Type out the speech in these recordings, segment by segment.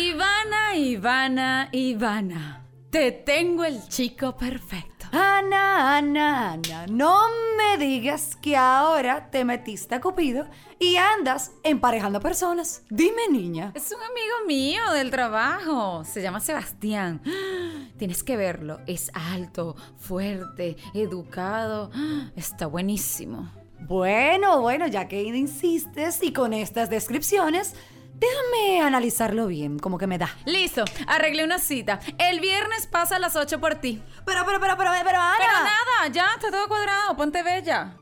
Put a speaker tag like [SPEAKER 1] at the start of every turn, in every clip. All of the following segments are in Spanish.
[SPEAKER 1] Ivana, Ivana, Ivana, te tengo el chico perfecto.
[SPEAKER 2] Ana, Ana, Ana, no me digas que ahora te metiste a Cupido y andas emparejando personas. Dime, niña.
[SPEAKER 1] Es un amigo mío del trabajo. Se llama Sebastián. Tienes que verlo. Es alto, fuerte, educado. Está buenísimo.
[SPEAKER 2] Bueno, bueno, ya que insistes y con estas descripciones, déjame analizarlo bien, como que me da.
[SPEAKER 1] Listo, arreglé una cita. El viernes pasa a las 8 por ti.
[SPEAKER 2] Pero, pero, pero, pero, pero, Ana.
[SPEAKER 1] Pero nada, ya está todo cuadrado. Ponte bella.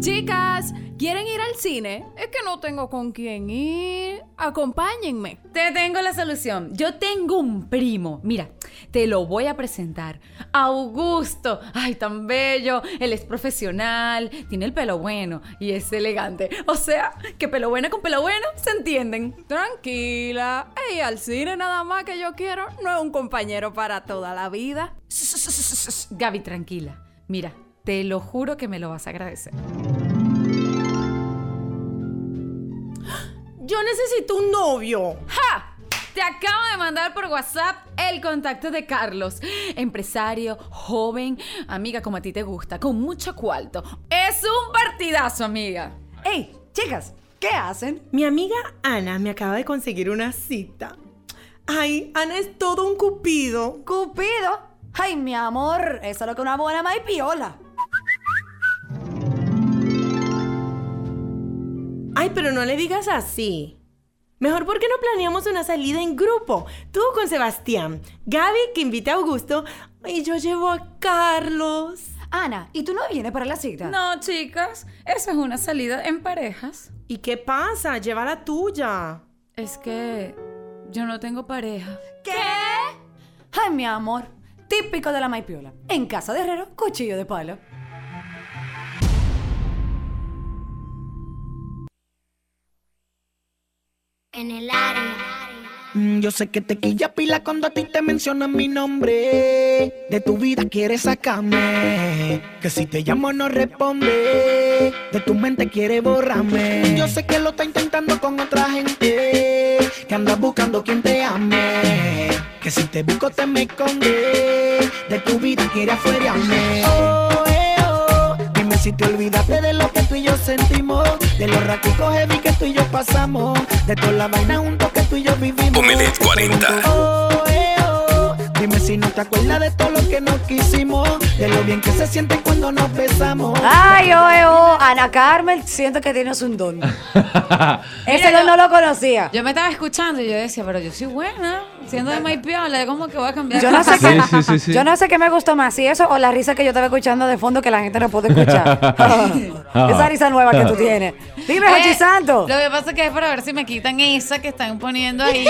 [SPEAKER 3] Chicas, ¿quieren ir al cine? Es que no tengo con quién ir. Acompáñenme.
[SPEAKER 1] Te tengo la solución. Yo tengo un primo. Mira, te lo voy a presentar. Augusto. Ay, tan bello. Él es profesional, tiene el pelo bueno y es elegante. O sea, que pelo buena con pelo bueno se entienden.
[SPEAKER 3] Tranquila. Ey, al cine nada más que yo quiero. No es un compañero para toda la vida.
[SPEAKER 1] Gaby, tranquila. Mira, te lo juro que me lo vas a agradecer.
[SPEAKER 4] Yo necesito un novio.
[SPEAKER 1] ¡Ja! Te acabo de mandar por WhatsApp el contacto de Carlos, empresario, joven, amiga como a ti te gusta, con mucho cuarto. Es un partidazo, amiga.
[SPEAKER 2] ¡Ey, chicas! ¿Qué hacen?
[SPEAKER 4] Mi amiga Ana me acaba de conseguir una cita. Ay, Ana es todo un cupido.
[SPEAKER 2] ¿Cupido? ¡Ay, mi amor! Eso es lo que una buena maipiola.
[SPEAKER 4] Ay, pero no le digas así. Mejor porque no planeamos una salida en grupo. Tú con Sebastián, Gaby que invita a Augusto y yo llevo a Carlos.
[SPEAKER 2] Ana, ¿y tú no vienes para la cita?
[SPEAKER 1] No, chicas, eso es una salida en parejas.
[SPEAKER 4] ¿Y qué pasa? Lleva la tuya.
[SPEAKER 1] Es que yo no tengo pareja.
[SPEAKER 2] ¿Qué? Ay, mi amor, típico de la maipiola. En casa de herrero, cuchillo de palo.
[SPEAKER 5] en el área.
[SPEAKER 6] Mm, yo sé que te quilla pila cuando a ti te mencionan mi nombre. De tu vida quieres sacarme. Que si te llamo no responde. De tu mente quiere borrarme. Yo sé que lo está intentando con otra gente. Que andas buscando quien te ame. Que si te busco te me esconde. De tu vida quiere afuerarme. Oh, eh, oh. Dime si te olvidaste de lo que tú y yo sentimos. De los raticos heavy que tú y yo pasamos. De toda la vaina juntos que tú y yo vivimos.
[SPEAKER 7] Omelet 40.
[SPEAKER 6] Oh, eh, oh. Dime si no te acuerdas de todo lo que nos quisimos. De lo bien que se siente cuando nos besamos.
[SPEAKER 2] Ay, oh, eh, oh, Ana Carmen, siento que tienes un don. Ese don no lo conocía.
[SPEAKER 1] Yo me estaba escuchando y yo decía, pero yo soy buena. Siendo de maipiola, ¿cómo que voy a cambiar?
[SPEAKER 2] Yo no, sé
[SPEAKER 1] cosas?
[SPEAKER 2] qué,
[SPEAKER 8] Sí, sí, sí.
[SPEAKER 2] yo no sé qué me gustó más, si eso o la risa que yo estaba escuchando de fondo que la gente no puede escuchar. Esa risa nueva que tú tienes. Dime,
[SPEAKER 1] Eh,
[SPEAKER 2] Jochi Santo.
[SPEAKER 1] Lo que pasa es que es para ver si me quitan esa que están poniendo ahí.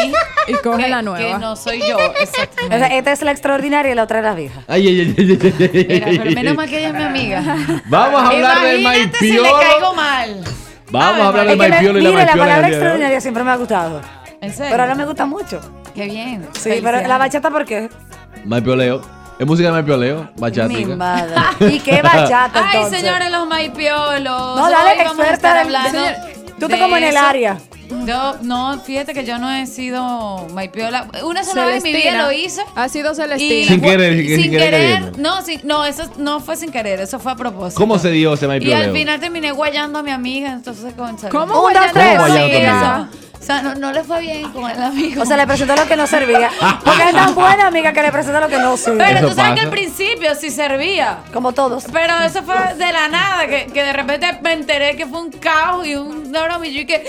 [SPEAKER 3] Y coge
[SPEAKER 1] que-
[SPEAKER 3] la
[SPEAKER 1] Que
[SPEAKER 3] nueva.
[SPEAKER 1] no soy yo,
[SPEAKER 2] O
[SPEAKER 1] exactamente.
[SPEAKER 2] sea, Esta es la extraordinaria y la otra es la vieja.
[SPEAKER 8] Ay, ay, ay, ay, ay, ay,
[SPEAKER 1] Mira, pero
[SPEAKER 8] ay,
[SPEAKER 1] menos
[SPEAKER 8] ay.
[SPEAKER 1] mal que ella es mi amiga.
[SPEAKER 8] Vamos a hablar del
[SPEAKER 1] Imagínate si le
[SPEAKER 8] maipiolo.
[SPEAKER 1] caigo mal.
[SPEAKER 8] Vamos a hablar
[SPEAKER 2] Es
[SPEAKER 8] del
[SPEAKER 2] que me-
[SPEAKER 8] maipiolo y la
[SPEAKER 2] mire, la
[SPEAKER 8] maipiola.
[SPEAKER 2] palabra
[SPEAKER 8] del día de hoy.
[SPEAKER 2] extraordinaria siempre me ha gustado.
[SPEAKER 1] ¿En serio?
[SPEAKER 2] Pero ahora me gusta mucho.
[SPEAKER 1] Qué bien.
[SPEAKER 2] Sí, pero la bachata, ¿por qué?
[SPEAKER 8] Maipioleo. Es música de maipioleo,
[SPEAKER 2] Mi
[SPEAKER 8] bachatica.
[SPEAKER 2] madre. ¿Y qué bachata
[SPEAKER 1] Ay,
[SPEAKER 2] entonces?
[SPEAKER 1] señores, los maipiolos.
[SPEAKER 2] No, dale,
[SPEAKER 1] Hoy vamos a
[SPEAKER 2] experta
[SPEAKER 1] estar
[SPEAKER 2] de-
[SPEAKER 1] hablando.
[SPEAKER 2] señor, tú te
[SPEAKER 1] de
[SPEAKER 2] como en el
[SPEAKER 1] eso.
[SPEAKER 2] área.
[SPEAKER 1] Yo, no, fíjate que yo no he sido maipiola. Una sola vez en mi vida
[SPEAKER 3] Celestina.
[SPEAKER 1] lo hice.
[SPEAKER 3] Ha sido
[SPEAKER 1] Y-
[SPEAKER 3] Celestina.
[SPEAKER 8] Sin querer, sin
[SPEAKER 1] sin
[SPEAKER 8] querer
[SPEAKER 1] querer.
[SPEAKER 8] queriendo.
[SPEAKER 1] No, sin- no, eso no fue sin querer, eso fue a propósito.
[SPEAKER 8] ¿Cómo se dio
[SPEAKER 1] Y
[SPEAKER 8] ese
[SPEAKER 1] al
[SPEAKER 8] maipioleo?
[SPEAKER 1] final terminé guayando a mi amiga, entonces con
[SPEAKER 3] ¿Cómo?
[SPEAKER 2] Un, dos,
[SPEAKER 3] guayando
[SPEAKER 2] tres.
[SPEAKER 8] a tu
[SPEAKER 1] Sí,
[SPEAKER 8] amiga?
[SPEAKER 1] eso. O sea, no, no le fue bien con el amigo.
[SPEAKER 2] O sea, le presentó lo que no servía. Porque es tan buena amiga que le presenta lo que no sirve.
[SPEAKER 1] pero
[SPEAKER 8] Eso
[SPEAKER 1] tú sabes que
[SPEAKER 8] pasa.
[SPEAKER 1] al principio sí servía.
[SPEAKER 2] Como todos.
[SPEAKER 1] Pero eso fue de la nada, que, que de repente me enteré que fue un caos y un broma y yo y que...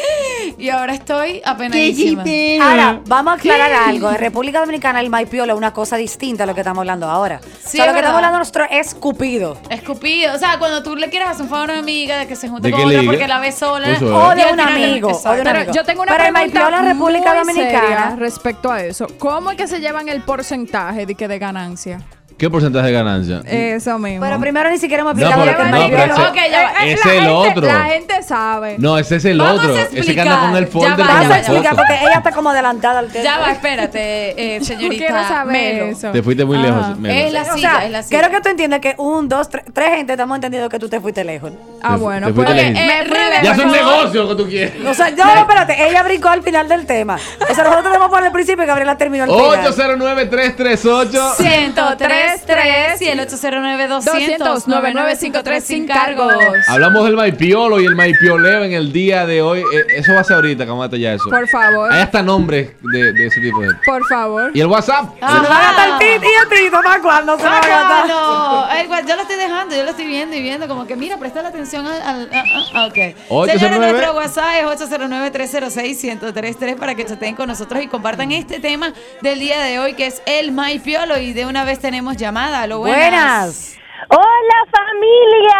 [SPEAKER 1] Y ahora estoy apenadísima.
[SPEAKER 2] Ahora, vamos a aclarar algo. En República Dominicana el maipiolo es una cosa distinta a lo que estamos hablando ahora. o
[SPEAKER 1] Sí,
[SPEAKER 2] sea,
[SPEAKER 1] es
[SPEAKER 2] lo que estamos
[SPEAKER 1] verdad.
[SPEAKER 2] hablando nosotros es Cupido.
[SPEAKER 1] Escupido. O sea, cuando tú le quieres hacer un favor a una amiga de que se junte
[SPEAKER 8] ¿De
[SPEAKER 1] con
[SPEAKER 8] qué
[SPEAKER 1] otra
[SPEAKER 8] liga?
[SPEAKER 1] porque la ves sola.
[SPEAKER 8] Eso es.
[SPEAKER 1] y
[SPEAKER 2] O de
[SPEAKER 1] al
[SPEAKER 2] un
[SPEAKER 1] final-
[SPEAKER 2] amigo. o de un
[SPEAKER 3] Pero
[SPEAKER 2] amigo.
[SPEAKER 3] yo tengo una
[SPEAKER 2] Pero el
[SPEAKER 3] pregunta
[SPEAKER 2] maipiolo en República
[SPEAKER 3] muy
[SPEAKER 2] Dominicana.
[SPEAKER 3] seria respecto a eso. ¿Cómo es que se llevan el porcentaje de, que de ganancia?
[SPEAKER 8] ¿Qué porcentaje de ganancia?
[SPEAKER 1] Eh,
[SPEAKER 7] Eso mismo.
[SPEAKER 2] Pero primero ni siquiera hemos
[SPEAKER 8] No,
[SPEAKER 2] explicado
[SPEAKER 8] pero-
[SPEAKER 2] lo que
[SPEAKER 8] no,
[SPEAKER 2] es
[SPEAKER 8] pero
[SPEAKER 2] marihuana.
[SPEAKER 8] ese-
[SPEAKER 7] Ok, ya va.
[SPEAKER 8] es
[SPEAKER 7] La
[SPEAKER 8] el
[SPEAKER 7] gente-
[SPEAKER 8] otro.
[SPEAKER 7] La gente sabe.
[SPEAKER 8] No, ese es el
[SPEAKER 1] Vamos a
[SPEAKER 8] otro. Ese que anda con el
[SPEAKER 1] explicar. Ya
[SPEAKER 8] folder.
[SPEAKER 1] va,
[SPEAKER 8] con
[SPEAKER 2] Vas a
[SPEAKER 8] la foto.
[SPEAKER 2] explicar porque ella está como adelantada al tema.
[SPEAKER 1] Ya va, espérate, eh, señorita.
[SPEAKER 7] quiero saber
[SPEAKER 1] Melo.
[SPEAKER 7] eso.
[SPEAKER 8] Te fuiste muy
[SPEAKER 7] Ajá.
[SPEAKER 8] lejos. Melo.
[SPEAKER 1] Ah, Es la
[SPEAKER 2] O
[SPEAKER 1] silla,
[SPEAKER 2] sea,
[SPEAKER 1] es la silla.
[SPEAKER 2] quiero que tú entiendas que un, dos, tres, tres gente estamos entendiendo que tú te fuiste lejos.
[SPEAKER 7] Ah,
[SPEAKER 8] Te fu-
[SPEAKER 7] bueno.
[SPEAKER 8] te fuiste
[SPEAKER 7] pues,
[SPEAKER 8] lejos.
[SPEAKER 7] me fui lejos.
[SPEAKER 8] Ya es un negocio que tú quieres.
[SPEAKER 2] O sea, no, no, espérate, ella brincó al final del tema. O sea, nosotros tenemos por el principio y Gabriela terminó al final.
[SPEAKER 8] 809-338.
[SPEAKER 1] 1033 y el 809 200 9953 sin cargos.
[SPEAKER 8] Hablamos del maipiolo y el maipioleo en el día de hoy. Eh, eso va a ser ahorita, camate ya eso.
[SPEAKER 7] Por favor.
[SPEAKER 8] Hay hasta nombres de, de ese tipo de gente.
[SPEAKER 7] Por favor.
[SPEAKER 8] ¿Y el WhatsApp?
[SPEAKER 2] Se nos va a gastar el tit y el tit, ¿no? ¿Cuándo se va a gastar?
[SPEAKER 1] no, Ay, guau, Ah, yo lo estoy dejando, yo lo estoy viendo y viendo como que mira, presta la atención al, al- a- a- Ah, ok. Señores,
[SPEAKER 8] 809.
[SPEAKER 1] nuestro WhatsApp es 809 306 1033 para que chateen con nosotros y compartan este tema del día de hoy que es el Maipiolo y de una vez tenemos llamada, lo buenas.
[SPEAKER 2] Buenas.
[SPEAKER 9] ¡Hola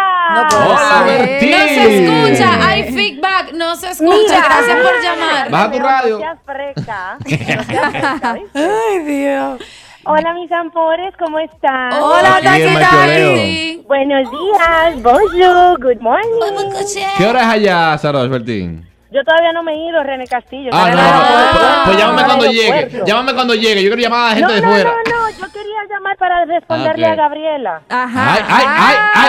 [SPEAKER 9] familia!
[SPEAKER 2] No puedo.
[SPEAKER 8] ¡Hola,
[SPEAKER 2] Sí.
[SPEAKER 8] Bertín!
[SPEAKER 1] No se escucha, hay feedback, no se escucha. Gracias por llamar.
[SPEAKER 8] Baja tu radio.
[SPEAKER 9] No seas freca. No seas freca, ¿ves?
[SPEAKER 2] Ay, Dios.
[SPEAKER 9] Hola mis amores, ¿cómo están?
[SPEAKER 2] Hola,
[SPEAKER 8] Aquí en
[SPEAKER 2] Taquitari.
[SPEAKER 8] maipioleo.
[SPEAKER 9] Buenos días, bonjour, good
[SPEAKER 2] Oh
[SPEAKER 9] morning.
[SPEAKER 8] ¿Qué hora es allá, Sarosh Bertín?
[SPEAKER 9] Yo todavía no me he ido, René Castillo.
[SPEAKER 8] Ah, no.
[SPEAKER 9] Ah,
[SPEAKER 8] Pues- Pues llámame
[SPEAKER 9] al
[SPEAKER 8] cuando llegue.
[SPEAKER 9] aeropuerto.
[SPEAKER 8] Llámame cuando llegue. Yo quiero llamar a
[SPEAKER 9] No,
[SPEAKER 8] gente de
[SPEAKER 9] no,
[SPEAKER 8] fuera.
[SPEAKER 9] no, no, yo quería llamar para responderle
[SPEAKER 8] Ah, ok.
[SPEAKER 9] a Gabriela.
[SPEAKER 7] Ajá.
[SPEAKER 8] Ay, ay, ay, ay, ay.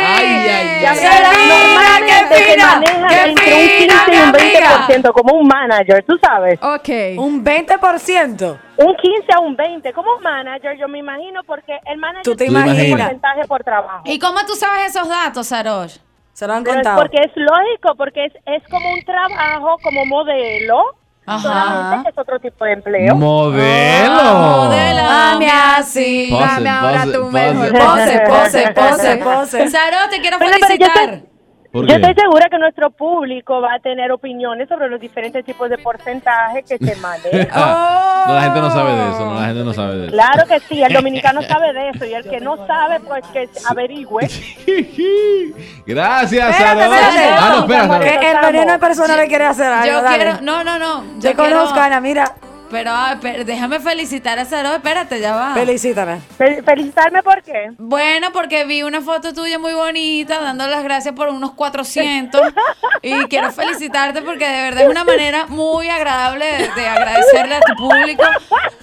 [SPEAKER 8] Ay, ay, ay.
[SPEAKER 9] Gabriela normalmente
[SPEAKER 2] qué
[SPEAKER 9] se
[SPEAKER 2] fina,
[SPEAKER 9] maneja
[SPEAKER 2] qué
[SPEAKER 9] entre un
[SPEAKER 2] fina,
[SPEAKER 9] 15 y un
[SPEAKER 2] mi amiga.
[SPEAKER 9] 20%, como un manager, tú sabes.
[SPEAKER 7] Ok.
[SPEAKER 2] Un 20%.
[SPEAKER 9] Un 15 a un 20, como un manager, yo me imagino, porque el manager
[SPEAKER 2] ¿Tú te
[SPEAKER 8] Tú imaginas.
[SPEAKER 9] un
[SPEAKER 2] imaginas?
[SPEAKER 9] porcentaje por trabajo.
[SPEAKER 1] ¿Y cómo tú sabes esos datos, Sarosh?
[SPEAKER 2] Se lo han
[SPEAKER 9] Pero es
[SPEAKER 2] contado.
[SPEAKER 9] porque es lógico, porque es, es como un trabajo como modelo,
[SPEAKER 1] Ajá.
[SPEAKER 9] solamente que es otro tipo de empleo.
[SPEAKER 8] Modelo.
[SPEAKER 1] Modélame así.
[SPEAKER 8] Pose,
[SPEAKER 7] Dame ahora
[SPEAKER 8] pose,
[SPEAKER 7] tu
[SPEAKER 8] pose.
[SPEAKER 7] mejor.
[SPEAKER 2] Pose, pose, pose, pose.
[SPEAKER 1] Sarosh, te quiero
[SPEAKER 9] Pero, pero yo
[SPEAKER 1] felicitar.
[SPEAKER 9] estoy-
[SPEAKER 8] ¿Por
[SPEAKER 9] Yo
[SPEAKER 8] qué?
[SPEAKER 9] estoy segura que nuestro público va a tener opiniones sobre los diferentes tipos de porcentajes que se manejan.
[SPEAKER 8] Ah, No, la gente no sabe de eso. No, la gente no sabe de eso.
[SPEAKER 9] Claro que sí, el dominicano sabe de eso y el que no sabe, pues que averigüe.
[SPEAKER 8] Gracias,
[SPEAKER 2] Espérate,
[SPEAKER 8] Sarosh.
[SPEAKER 2] espérate.
[SPEAKER 8] Ah, no, espera,
[SPEAKER 9] Estamos
[SPEAKER 8] Sarosh.
[SPEAKER 2] Que el veneno de persona le quiere hacer algo.
[SPEAKER 1] Yo
[SPEAKER 2] dale.
[SPEAKER 1] quiero, no, no, no.
[SPEAKER 2] Yo conozco a Ana, mira.
[SPEAKER 1] Pero, ah, pero déjame felicitar a Sarosh, espérate, ya va.
[SPEAKER 2] Felicítame.
[SPEAKER 9] Fel- felicitarme por qué.
[SPEAKER 1] bueno, porque vi una foto tuya muy bonita, dando las gracias por unos 400. y quiero felicitarte porque de verdad es una manera muy agradable de, de agradecerle a tu público,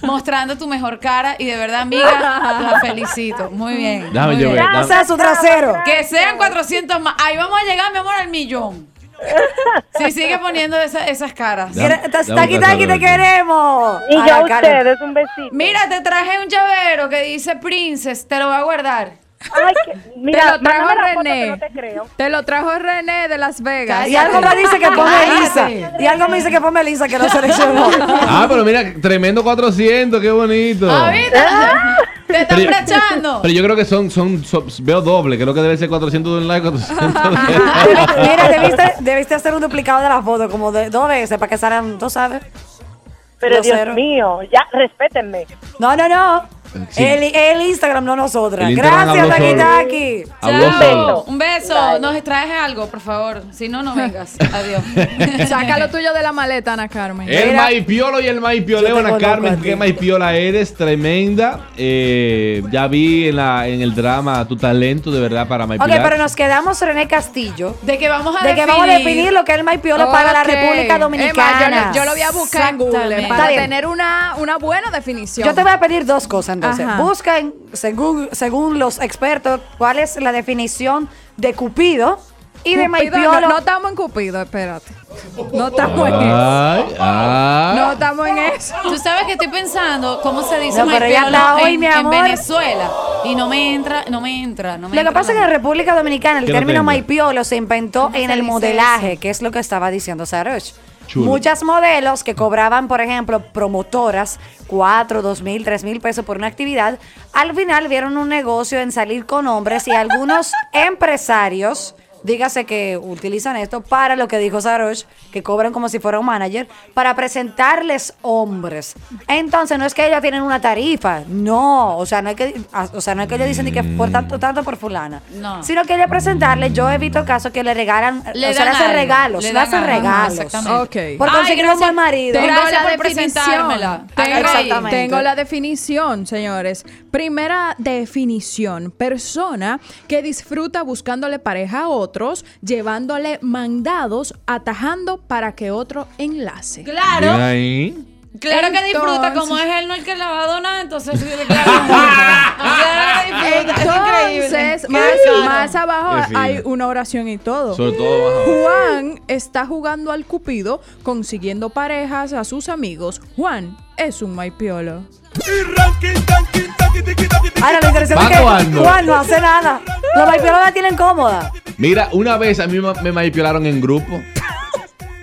[SPEAKER 1] mostrando tu mejor cara. Y de verdad, amiga, la felicito. Muy bien.
[SPEAKER 8] Déjame
[SPEAKER 1] muy
[SPEAKER 8] yo
[SPEAKER 1] bien.
[SPEAKER 8] ver.
[SPEAKER 2] O
[SPEAKER 8] dame-
[SPEAKER 2] sea, su trasero.
[SPEAKER 1] Que sean 400 más. Ahí vamos a llegar, mi amor, al millón. Si sigue poniendo esa- esas caras.
[SPEAKER 8] Dame-
[SPEAKER 2] Quiere-
[SPEAKER 8] dame
[SPEAKER 2] Taqui,
[SPEAKER 8] un
[SPEAKER 2] taqui,
[SPEAKER 8] trasero,
[SPEAKER 2] te
[SPEAKER 8] Bertín.
[SPEAKER 2] queremos.
[SPEAKER 9] Y
[SPEAKER 2] Ay,
[SPEAKER 9] yo a
[SPEAKER 2] Karen.
[SPEAKER 9] ustedes, un besito.
[SPEAKER 1] Mira, te traje un llavero que dice Princess. Te lo voy a guardar.
[SPEAKER 9] Ay, que-
[SPEAKER 7] te
[SPEAKER 9] mira,
[SPEAKER 7] lo trajo
[SPEAKER 9] mándame la foto que
[SPEAKER 7] René.
[SPEAKER 9] no te creo.
[SPEAKER 7] Te lo trajo René de Las Vegas.
[SPEAKER 1] Cállate.
[SPEAKER 2] Y algo me dice que
[SPEAKER 1] Ay,
[SPEAKER 2] pone Elisa.
[SPEAKER 1] sí.
[SPEAKER 2] Y algo me dice que pone Elisa que no seleccionó.
[SPEAKER 8] Ah, pero mira, tremendo 400, qué bonito.
[SPEAKER 1] Ah, ¿viste? Te están
[SPEAKER 8] Pero-
[SPEAKER 1] brachando.
[SPEAKER 8] Pero yo creo que son, son, son- veo doble, creo que debe ser 400 de un lado y 400 de
[SPEAKER 2] Mira, debiste, debiste hacer un duplicado de las fotos como de dos veces para que salgan, tú sabes.
[SPEAKER 9] Pero
[SPEAKER 2] Lo
[SPEAKER 9] Dios
[SPEAKER 2] cero.
[SPEAKER 9] mío, ya, respétenme.
[SPEAKER 2] No, no, no.
[SPEAKER 8] Sí.
[SPEAKER 2] El, el Instagram, no nosotras.
[SPEAKER 8] El Instagram
[SPEAKER 2] Gracias,
[SPEAKER 8] habló
[SPEAKER 2] Taki
[SPEAKER 8] solo.
[SPEAKER 2] Taki.
[SPEAKER 8] Habló
[SPEAKER 1] Chao.
[SPEAKER 8] solo.
[SPEAKER 1] Un beso. Nos traes algo, por favor. Si no, no vengas. Adiós.
[SPEAKER 7] Saca lo tuyo de la maleta, Ana Carmen.
[SPEAKER 8] El
[SPEAKER 2] Mira.
[SPEAKER 8] maipiolo y el maipioleo,
[SPEAKER 2] Yo te
[SPEAKER 8] Ana
[SPEAKER 2] conozco a
[SPEAKER 8] Carmen,
[SPEAKER 2] ti.
[SPEAKER 8] qué maipiola eres, tremenda. Eh, ya vi en, la, en el drama tu talento de verdad para
[SPEAKER 2] Ok,
[SPEAKER 8] maipiolar.
[SPEAKER 2] pero nos quedamos René Castillo.
[SPEAKER 1] De que vamos a
[SPEAKER 2] De que vamos a definir lo que es el Maipiolo para la
[SPEAKER 7] Ok.
[SPEAKER 2] República
[SPEAKER 7] Es
[SPEAKER 2] Dominicana.
[SPEAKER 7] más, yo, lo- yo lo voy a buscar en Google
[SPEAKER 1] Exactamente.
[SPEAKER 7] para
[SPEAKER 2] Está bien.
[SPEAKER 7] tener una, una buena definición.
[SPEAKER 2] Yo te voy a pedir dos cosas entonces.
[SPEAKER 7] Ajá.
[SPEAKER 2] Busca en- según, según los expertos cuál es la definición de Cupido y de
[SPEAKER 7] Cupido,
[SPEAKER 2] Maipiolo.
[SPEAKER 7] No, no estamos en Cupido, espérate. No estamos en eso.
[SPEAKER 8] Ay, ay.
[SPEAKER 7] No estamos en eso.
[SPEAKER 1] Tú sabes que estoy pensando cómo se dice
[SPEAKER 2] No, pero ya
[SPEAKER 1] maipiolo
[SPEAKER 2] está hoy,
[SPEAKER 1] en,
[SPEAKER 2] mi
[SPEAKER 1] en
[SPEAKER 2] amor.
[SPEAKER 1] Venezuela. Y no me entra, no me entra, no me
[SPEAKER 2] Lo que
[SPEAKER 1] entra
[SPEAKER 2] pasa es
[SPEAKER 1] la-
[SPEAKER 2] que en República Dominicana el
[SPEAKER 8] ¿Qué no
[SPEAKER 2] término
[SPEAKER 8] tengo?
[SPEAKER 2] maipiolo se inventó en
[SPEAKER 1] se
[SPEAKER 2] el
[SPEAKER 1] dice
[SPEAKER 2] modelaje, que es lo que estaba diciendo Sarosh.
[SPEAKER 8] Chulo.
[SPEAKER 2] Muchas modelos que cobraban, por ejemplo, promotoras, 4, 2 mil, 3 mil pesos por una actividad, al final vieron un negocio en salir con hombres y algunos empresarios Dígase que utilizan esto para lo que dijo Sarosh, que cobran como si fuera un manager, para presentarles hombres. Entonces, no es que ellos tienen una tarifa, no. O sea, no es que, o sea, no es que ellos dicen ni que por tanto, tanto por fulana.
[SPEAKER 1] Mm. No.
[SPEAKER 2] Sino que ellos presentarle, yo evito casos que le regalan,
[SPEAKER 1] Le
[SPEAKER 2] o sea, le
[SPEAKER 1] dan
[SPEAKER 2] hacen
[SPEAKER 1] algo,
[SPEAKER 2] regalos,
[SPEAKER 1] le
[SPEAKER 2] le,
[SPEAKER 1] dan
[SPEAKER 2] hacen
[SPEAKER 1] algo,
[SPEAKER 2] regalos.
[SPEAKER 1] exactamente.
[SPEAKER 7] Ok.
[SPEAKER 2] Por
[SPEAKER 3] Ay,
[SPEAKER 2] conseguir un
[SPEAKER 3] gracias.
[SPEAKER 2] buen marido.
[SPEAKER 3] Tengo
[SPEAKER 1] Gracias
[SPEAKER 3] la
[SPEAKER 1] por presentármela.
[SPEAKER 3] definición. Tengo,
[SPEAKER 2] Exactamente.
[SPEAKER 3] tengo la definición, señores. Primera definición: persona que disfruta buscándole pareja a otros, llevándole mandados, atajando para que otro enlace.
[SPEAKER 8] Bien
[SPEAKER 1] Claro,
[SPEAKER 8] ahí.
[SPEAKER 1] claro que disfruta, como es él no el que la va a donar, entonces sí, claro.
[SPEAKER 3] Ah,
[SPEAKER 1] claro que disfruta, es increíble.
[SPEAKER 3] Entonces, más, más
[SPEAKER 8] Qué
[SPEAKER 3] abajo
[SPEAKER 8] fino.
[SPEAKER 3] hay una oración y todo.
[SPEAKER 8] Sobre todo baja.
[SPEAKER 3] Juan está jugando al cupido, consiguiendo parejas a sus amigos. Juan es un maipiolo.
[SPEAKER 2] Ahora lo interesante
[SPEAKER 8] Va
[SPEAKER 2] es que
[SPEAKER 8] actuando.
[SPEAKER 2] Juan no hace nada. Los maipiolos la tienen cómoda.
[SPEAKER 8] Mira, una vez a mí ma- me manipiolaron en grupo.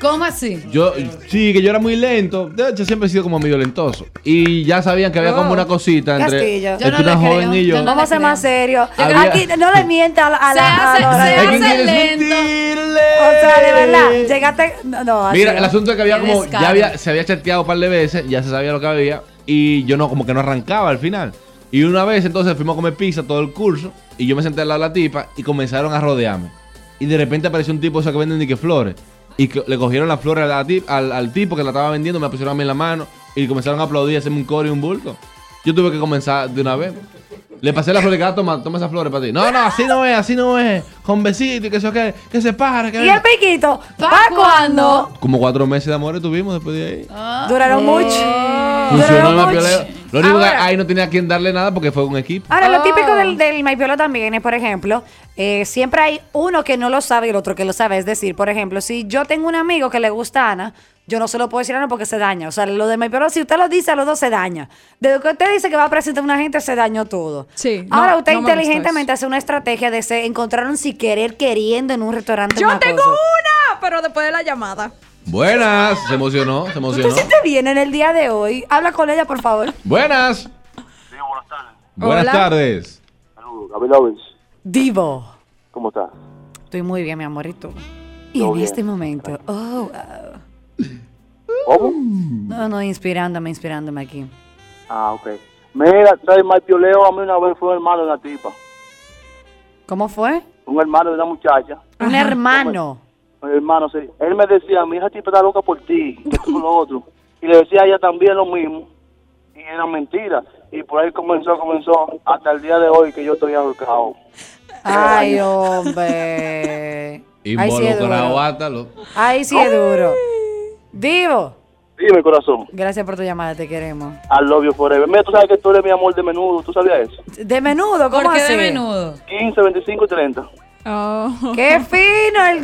[SPEAKER 1] ¿Cómo así?
[SPEAKER 8] Yo, sí, que yo era muy lento. De hecho, siempre he sido como medio lentoso. Y ya sabían que había como una cosita entre,
[SPEAKER 2] Castillo.
[SPEAKER 8] entre
[SPEAKER 1] Oh. Yo no
[SPEAKER 8] una
[SPEAKER 1] le creo,
[SPEAKER 8] joven y
[SPEAKER 1] yo
[SPEAKER 8] yo.
[SPEAKER 1] no
[SPEAKER 2] Vamos a ser más serios.
[SPEAKER 8] Había-
[SPEAKER 2] Aquí no le mientas a la, a
[SPEAKER 1] Se
[SPEAKER 2] la- a
[SPEAKER 1] hace-
[SPEAKER 2] la-
[SPEAKER 1] se
[SPEAKER 8] ¿A
[SPEAKER 1] hace
[SPEAKER 8] quién quieres
[SPEAKER 1] lento.
[SPEAKER 8] mentirle?
[SPEAKER 2] O sea, de verdad, llegaste. No, no, así
[SPEAKER 8] Mira,
[SPEAKER 2] no.
[SPEAKER 8] el asunto es que había
[SPEAKER 1] Qué
[SPEAKER 8] como.
[SPEAKER 1] descaro.
[SPEAKER 8] Ya había, se había chateado un par de veces, ya se sabía lo que había. Y yo no, como que no arrancaba al final. Y una vez entonces fuimos a comer pizza todo el curso. Y yo me senté al lado de la tipa y comenzaron a rodearme. Y de repente apareció un tipo, eso que venden ni que flores. Y que le cogieron las flores a la tip- al, al tipo que la estaba vendiendo, me la pusieron a mí en la mano. Y comenzaron a aplaudir, hacerme un coro y un bulto. Yo tuve que comenzar de una vez. Le pasé la flores, cada toma, toma esas flores para ti. No, no, así no es, así no es. Con besito y que se que, que se para, que
[SPEAKER 2] ¿Y el piquito? ¿Para cuándo?
[SPEAKER 8] como cuatro meses de amores tuvimos después de ahí.
[SPEAKER 2] Ah. Duraron mucho.
[SPEAKER 8] Funcionó
[SPEAKER 2] Duraron
[SPEAKER 8] el
[SPEAKER 2] mucho.
[SPEAKER 8] mapioleo. Lo único que ahí no tenía a quien darle nada porque fue un equipo.
[SPEAKER 2] Ahora, lo típico
[SPEAKER 3] Oh.
[SPEAKER 2] del, del maipiolo también es, por ejemplo, eh, siempre hay uno que no lo sabe y el otro que lo sabe. Es decir, por ejemplo, si yo tengo un amigo que le gusta a Ana, yo no se lo puedo decir a Ana porque se daña. O sea, lo del maipiolo, si usted lo dice, a los dos se daña. Desde que usted dice que va a presentar a una gente, se dañó todo.
[SPEAKER 3] Sí, no,
[SPEAKER 2] Ahora, usted
[SPEAKER 3] no me gusta
[SPEAKER 2] inteligentemente hace una estrategia de se encontraron si querer queriendo en un restaurante.
[SPEAKER 3] Yo
[SPEAKER 2] una
[SPEAKER 3] tengo
[SPEAKER 2] cosa.
[SPEAKER 3] una, pero después de la llamada.
[SPEAKER 8] Buenas, se emocionó, se
[SPEAKER 2] ¿Tú te
[SPEAKER 8] emocionó.
[SPEAKER 2] sientes bien en el día de hoy? Habla con ella, por favor.
[SPEAKER 8] Buenas.
[SPEAKER 10] buenas tardes.
[SPEAKER 8] Buenas
[SPEAKER 3] Hola.
[SPEAKER 8] tardes.
[SPEAKER 10] Saludos, Gabriel Owens.
[SPEAKER 2] Divo.
[SPEAKER 10] ¿Cómo estás?
[SPEAKER 2] Estoy muy bien, mi amorito. Y
[SPEAKER 10] Todo
[SPEAKER 2] en
[SPEAKER 10] bien.
[SPEAKER 2] este momento, oh, wow.
[SPEAKER 10] ¿Cómo?
[SPEAKER 2] no, no, inspirándome, inspirándome aquí.
[SPEAKER 10] Ah, ok. Mira, trae mal pioleo. A mí una vez fue un hermano de una tipa.
[SPEAKER 2] ¿Cómo fue?
[SPEAKER 10] Un hermano de una muchacha.
[SPEAKER 2] Un hermano.
[SPEAKER 10] Un Pues, hermano, sí. Él me decía, mi hija tipa está loca por ti, que tú lo otro. Y le decía a ella también lo mismo. Y era mentira. Y por ahí comenzó, comenzó, hasta el día de hoy que yo estoy ahorcado.
[SPEAKER 2] Ay, hombre. Ahí sí es
[SPEAKER 8] Involucrado
[SPEAKER 2] duro.
[SPEAKER 8] hasta lo-
[SPEAKER 2] Ahí sí es duro. Divo,
[SPEAKER 10] Dime, corazón.
[SPEAKER 2] gracias por tu llamada, te queremos.
[SPEAKER 10] I love you forever. Mira, tú sabes que tú eres mi amor de menudo. ¿Tú sabías eso?
[SPEAKER 2] De menudo, ¿cómo
[SPEAKER 1] ¿Por qué
[SPEAKER 2] así?
[SPEAKER 1] de menudo?
[SPEAKER 10] 15, 25 y 30.
[SPEAKER 3] Oh.
[SPEAKER 2] ¡Qué fino el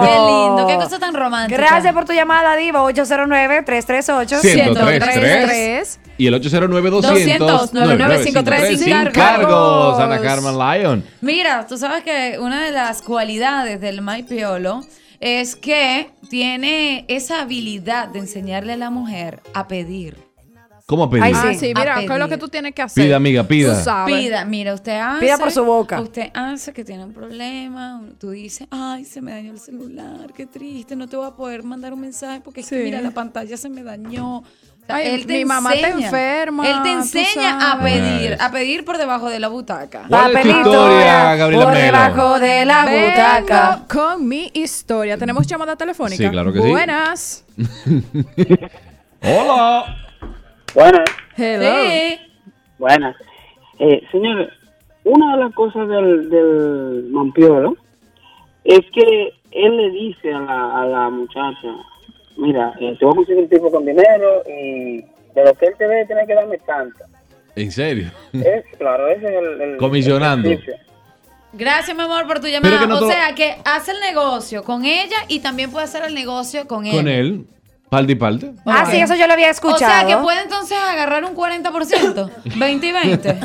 [SPEAKER 1] Qué lindo, qué cosa tan romántica.
[SPEAKER 2] Oh. Gracias por tu llamada, Divo. 809-338.
[SPEAKER 8] 1033. Y el 809 200
[SPEAKER 1] 9953
[SPEAKER 8] sin
[SPEAKER 1] sin
[SPEAKER 8] cargos.
[SPEAKER 1] cargos.
[SPEAKER 8] Ana Carmen Lion.
[SPEAKER 1] Mira, tú sabes que una de las cualidades del Maipiolo es que tiene esa habilidad de enseñarle a la mujer a pedir.
[SPEAKER 8] ¿Cómo pedí?
[SPEAKER 2] Ay,
[SPEAKER 3] Ah,
[SPEAKER 2] Sí,
[SPEAKER 3] sí,
[SPEAKER 1] a
[SPEAKER 3] mira, ¿qué
[SPEAKER 1] pedir.
[SPEAKER 3] es lo que tú tienes que hacer?
[SPEAKER 8] Pida, amiga, pida.
[SPEAKER 3] Tú sabes.
[SPEAKER 1] Pida, mira, usted hace.
[SPEAKER 2] Pida por su boca.
[SPEAKER 1] Usted hace que tiene un problema. Tú dices, ay, se me dañó el celular, qué triste, no te voy a poder mandar un mensaje porque es que,
[SPEAKER 3] Sí.
[SPEAKER 1] mira, la pantalla se me dañó. O sea,
[SPEAKER 3] Ay, mi mamá te enferma,
[SPEAKER 1] Él te
[SPEAKER 3] tú
[SPEAKER 1] enseña a
[SPEAKER 8] sabes.
[SPEAKER 1] pedir, a pedir por debajo de la butaca.
[SPEAKER 8] ¿Cuál es tu historia, Gabriela
[SPEAKER 2] por
[SPEAKER 8] Melo?
[SPEAKER 2] debajo de la
[SPEAKER 3] Vengo
[SPEAKER 2] butaca.
[SPEAKER 3] con mi historia. Tenemos llamada telefónica.
[SPEAKER 8] Sí, claro que sí.
[SPEAKER 3] Buenas.
[SPEAKER 8] Hola.
[SPEAKER 10] Bueno,
[SPEAKER 3] Hello.
[SPEAKER 1] Sí.
[SPEAKER 10] Buenas. Eh, señor, una de las cosas del, del Mampiolo es que él le dice a la, a la muchacha, mira, eh, te voy a conseguir un tipo con dinero y de lo que él te debe tiene que darme tanto.
[SPEAKER 8] ¿En serio?
[SPEAKER 10] Es, claro, ese es el... el-
[SPEAKER 8] Comisionando.
[SPEAKER 10] el ejercicio.
[SPEAKER 1] Gracias, mi amor, por tu llamada.
[SPEAKER 8] que no
[SPEAKER 1] o
[SPEAKER 8] todo-
[SPEAKER 1] sea, que hace el negocio con ella y también puede hacer el negocio con él.
[SPEAKER 8] Con él. Parte y parte.
[SPEAKER 2] Ah, sí, eso yo lo había escuchado.
[SPEAKER 1] O sea, que puede entonces agarrar un 40%, 20 y 20.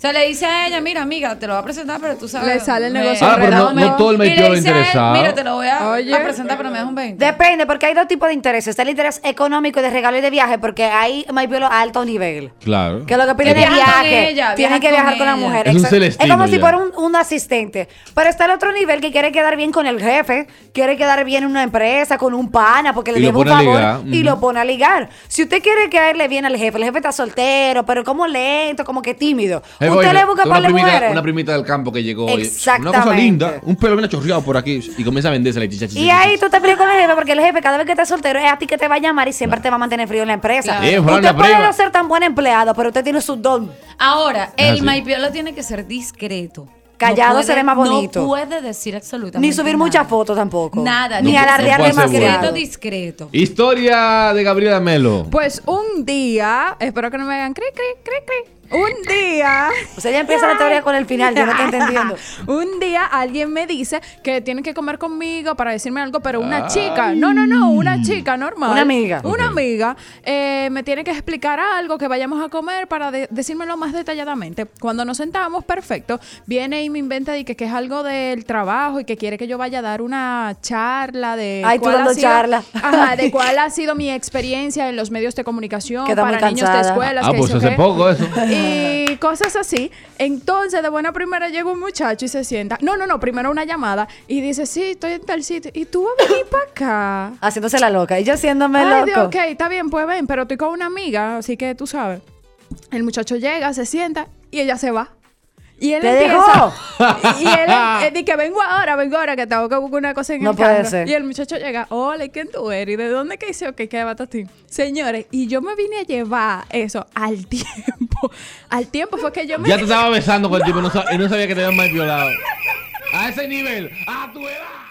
[SPEAKER 7] sea, le dice a ella, mira, amiga, te lo voy a presentar, pero tú sabes.
[SPEAKER 3] Le sale el negocio
[SPEAKER 2] Ah,
[SPEAKER 8] Ahora, pero no-
[SPEAKER 7] redondo".
[SPEAKER 8] no todo el
[SPEAKER 7] Y le
[SPEAKER 8] maipiola
[SPEAKER 7] dice a él,
[SPEAKER 8] interesado.
[SPEAKER 7] Mira, te lo voy a,
[SPEAKER 3] Oye.
[SPEAKER 7] a presentar, pero me das un 20.
[SPEAKER 2] Depende, porque hay dos tipos de intereses. Está el interés económico y de regalo y de viaje, porque hay maipiolo a alto nivel.
[SPEAKER 8] Claro.
[SPEAKER 2] Que lo que piden
[SPEAKER 7] Que
[SPEAKER 2] es
[SPEAKER 7] viajan con
[SPEAKER 2] viaje.
[SPEAKER 7] ella,
[SPEAKER 2] tienen
[SPEAKER 7] viajan
[SPEAKER 2] que
[SPEAKER 7] con
[SPEAKER 2] viajar con la
[SPEAKER 7] ella.
[SPEAKER 2] mujer.
[SPEAKER 8] Es un
[SPEAKER 2] exacto.
[SPEAKER 8] celestino
[SPEAKER 2] como si
[SPEAKER 8] ya.
[SPEAKER 2] fuera un, un asistente. Pero está el otro nivel que quiere quedar bien con el jefe, quiere quedar bien en una empresa, con un pana, porque le
[SPEAKER 8] Y lo
[SPEAKER 2] debe un
[SPEAKER 8] pone a
[SPEAKER 2] favor
[SPEAKER 8] ligar,
[SPEAKER 2] y
[SPEAKER 8] ujú.
[SPEAKER 2] lo pone a ligar. Si usted quiere caerle bien al jefe, el jefe está soltero, pero como lento, como que tímido.
[SPEAKER 8] Eh,
[SPEAKER 2] usted
[SPEAKER 8] oye,
[SPEAKER 2] le busca
[SPEAKER 8] tengo
[SPEAKER 2] para
[SPEAKER 8] una
[SPEAKER 2] las
[SPEAKER 8] primita,
[SPEAKER 2] mujeres.
[SPEAKER 8] Una primita del campo que llegó hoy. Una cosa
[SPEAKER 2] Exactamente.
[SPEAKER 8] linda. Un pelo bien achorreado por aquí. Y comienza a venderse la chicha.
[SPEAKER 2] Y ahí tú te peleas con el jefe, porque el jefe cada vez que estás soltero es a ti que te va a llamar y siempre te va a mantener frío en la empresa.
[SPEAKER 8] Claro. Eh, Juan,
[SPEAKER 2] usted
[SPEAKER 8] la
[SPEAKER 2] puede
[SPEAKER 8] prima.
[SPEAKER 2] no ser tan buen empleado, pero usted tiene su don.
[SPEAKER 7] Ahora,
[SPEAKER 8] Es
[SPEAKER 7] el
[SPEAKER 8] así.
[SPEAKER 7] maipiolo tiene que ser discreto.
[SPEAKER 2] Callado
[SPEAKER 7] puede-
[SPEAKER 2] se ve más bonito.
[SPEAKER 7] No puede decir absolutamente
[SPEAKER 2] Ni subir
[SPEAKER 7] nada.
[SPEAKER 2] muchas fotos tampoco.
[SPEAKER 7] Nada.
[SPEAKER 2] Ni
[SPEAKER 7] tiene que
[SPEAKER 2] alardear
[SPEAKER 8] puede ser
[SPEAKER 7] ser
[SPEAKER 2] demasiado.
[SPEAKER 7] Discreto, discreto.
[SPEAKER 8] Historia de Gabriela Melo.
[SPEAKER 3] Pues un día, espero que no me hagan cri, cri, cri, cri. Un día.
[SPEAKER 2] O sea, ya empieza la teoría con el final, yo no estoy entendiendo.
[SPEAKER 3] un día alguien me dice que tienen que comer conmigo para decirme algo, pero una chica, no, no, no, una chica normal.
[SPEAKER 2] Una amiga.
[SPEAKER 3] Una
[SPEAKER 8] Ah. Mm. Ok.
[SPEAKER 3] amiga eh, me tiene que explicar algo que vayamos a comer para de- decírmelo más detalladamente. Cuando nos sentamos, perfecto, viene y me inventa de que, que es algo del trabajo y que quiere que yo vaya a dar una charla de...
[SPEAKER 2] Ay, tú
[SPEAKER 3] cuál ha
[SPEAKER 2] dando
[SPEAKER 3] sido-
[SPEAKER 2] charla.
[SPEAKER 3] Ajá, de cuál ha sido mi experiencia en los medios de comunicación
[SPEAKER 2] Queda muy
[SPEAKER 3] para niños de
[SPEAKER 2] cansada.
[SPEAKER 3] escuelas.
[SPEAKER 8] Ah,
[SPEAKER 3] que
[SPEAKER 8] pues
[SPEAKER 3] hizo
[SPEAKER 8] hace
[SPEAKER 3] que-
[SPEAKER 8] poco eso.
[SPEAKER 3] y cosas así. Entonces, de buena primera llega un muchacho y se sienta. No, no, no, primero una llamada y dice, sí, estoy en tal sitio. Y tú vas a venir para acá.
[SPEAKER 2] Haciéndose la loca. Y yo haciéndome
[SPEAKER 3] Ay, Dios,
[SPEAKER 2] loco.
[SPEAKER 3] ok, está bien, pues ven, pero estoy con una amiga, así que tú sabes. El muchacho llega, se sienta y ella se va. Y él
[SPEAKER 2] ¿Te
[SPEAKER 3] empieza, Y él eh, di que vengo ahora, vengo ahora, que tengo que buscar una cosa en
[SPEAKER 2] No
[SPEAKER 3] el
[SPEAKER 2] puede
[SPEAKER 3] carro".
[SPEAKER 2] ser.
[SPEAKER 3] Y el muchacho llega, hola, ¿y quién tú eres? ¿Y de dónde que dice? Ok, que de ti. Señores, y yo me vine a llevar eso al tiempo. Al tiempo fue que yo me...
[SPEAKER 8] Ya te estaba besando con el tipo y no sab- y no sabía que te habían mal violado. A ese nivel. A tu edad.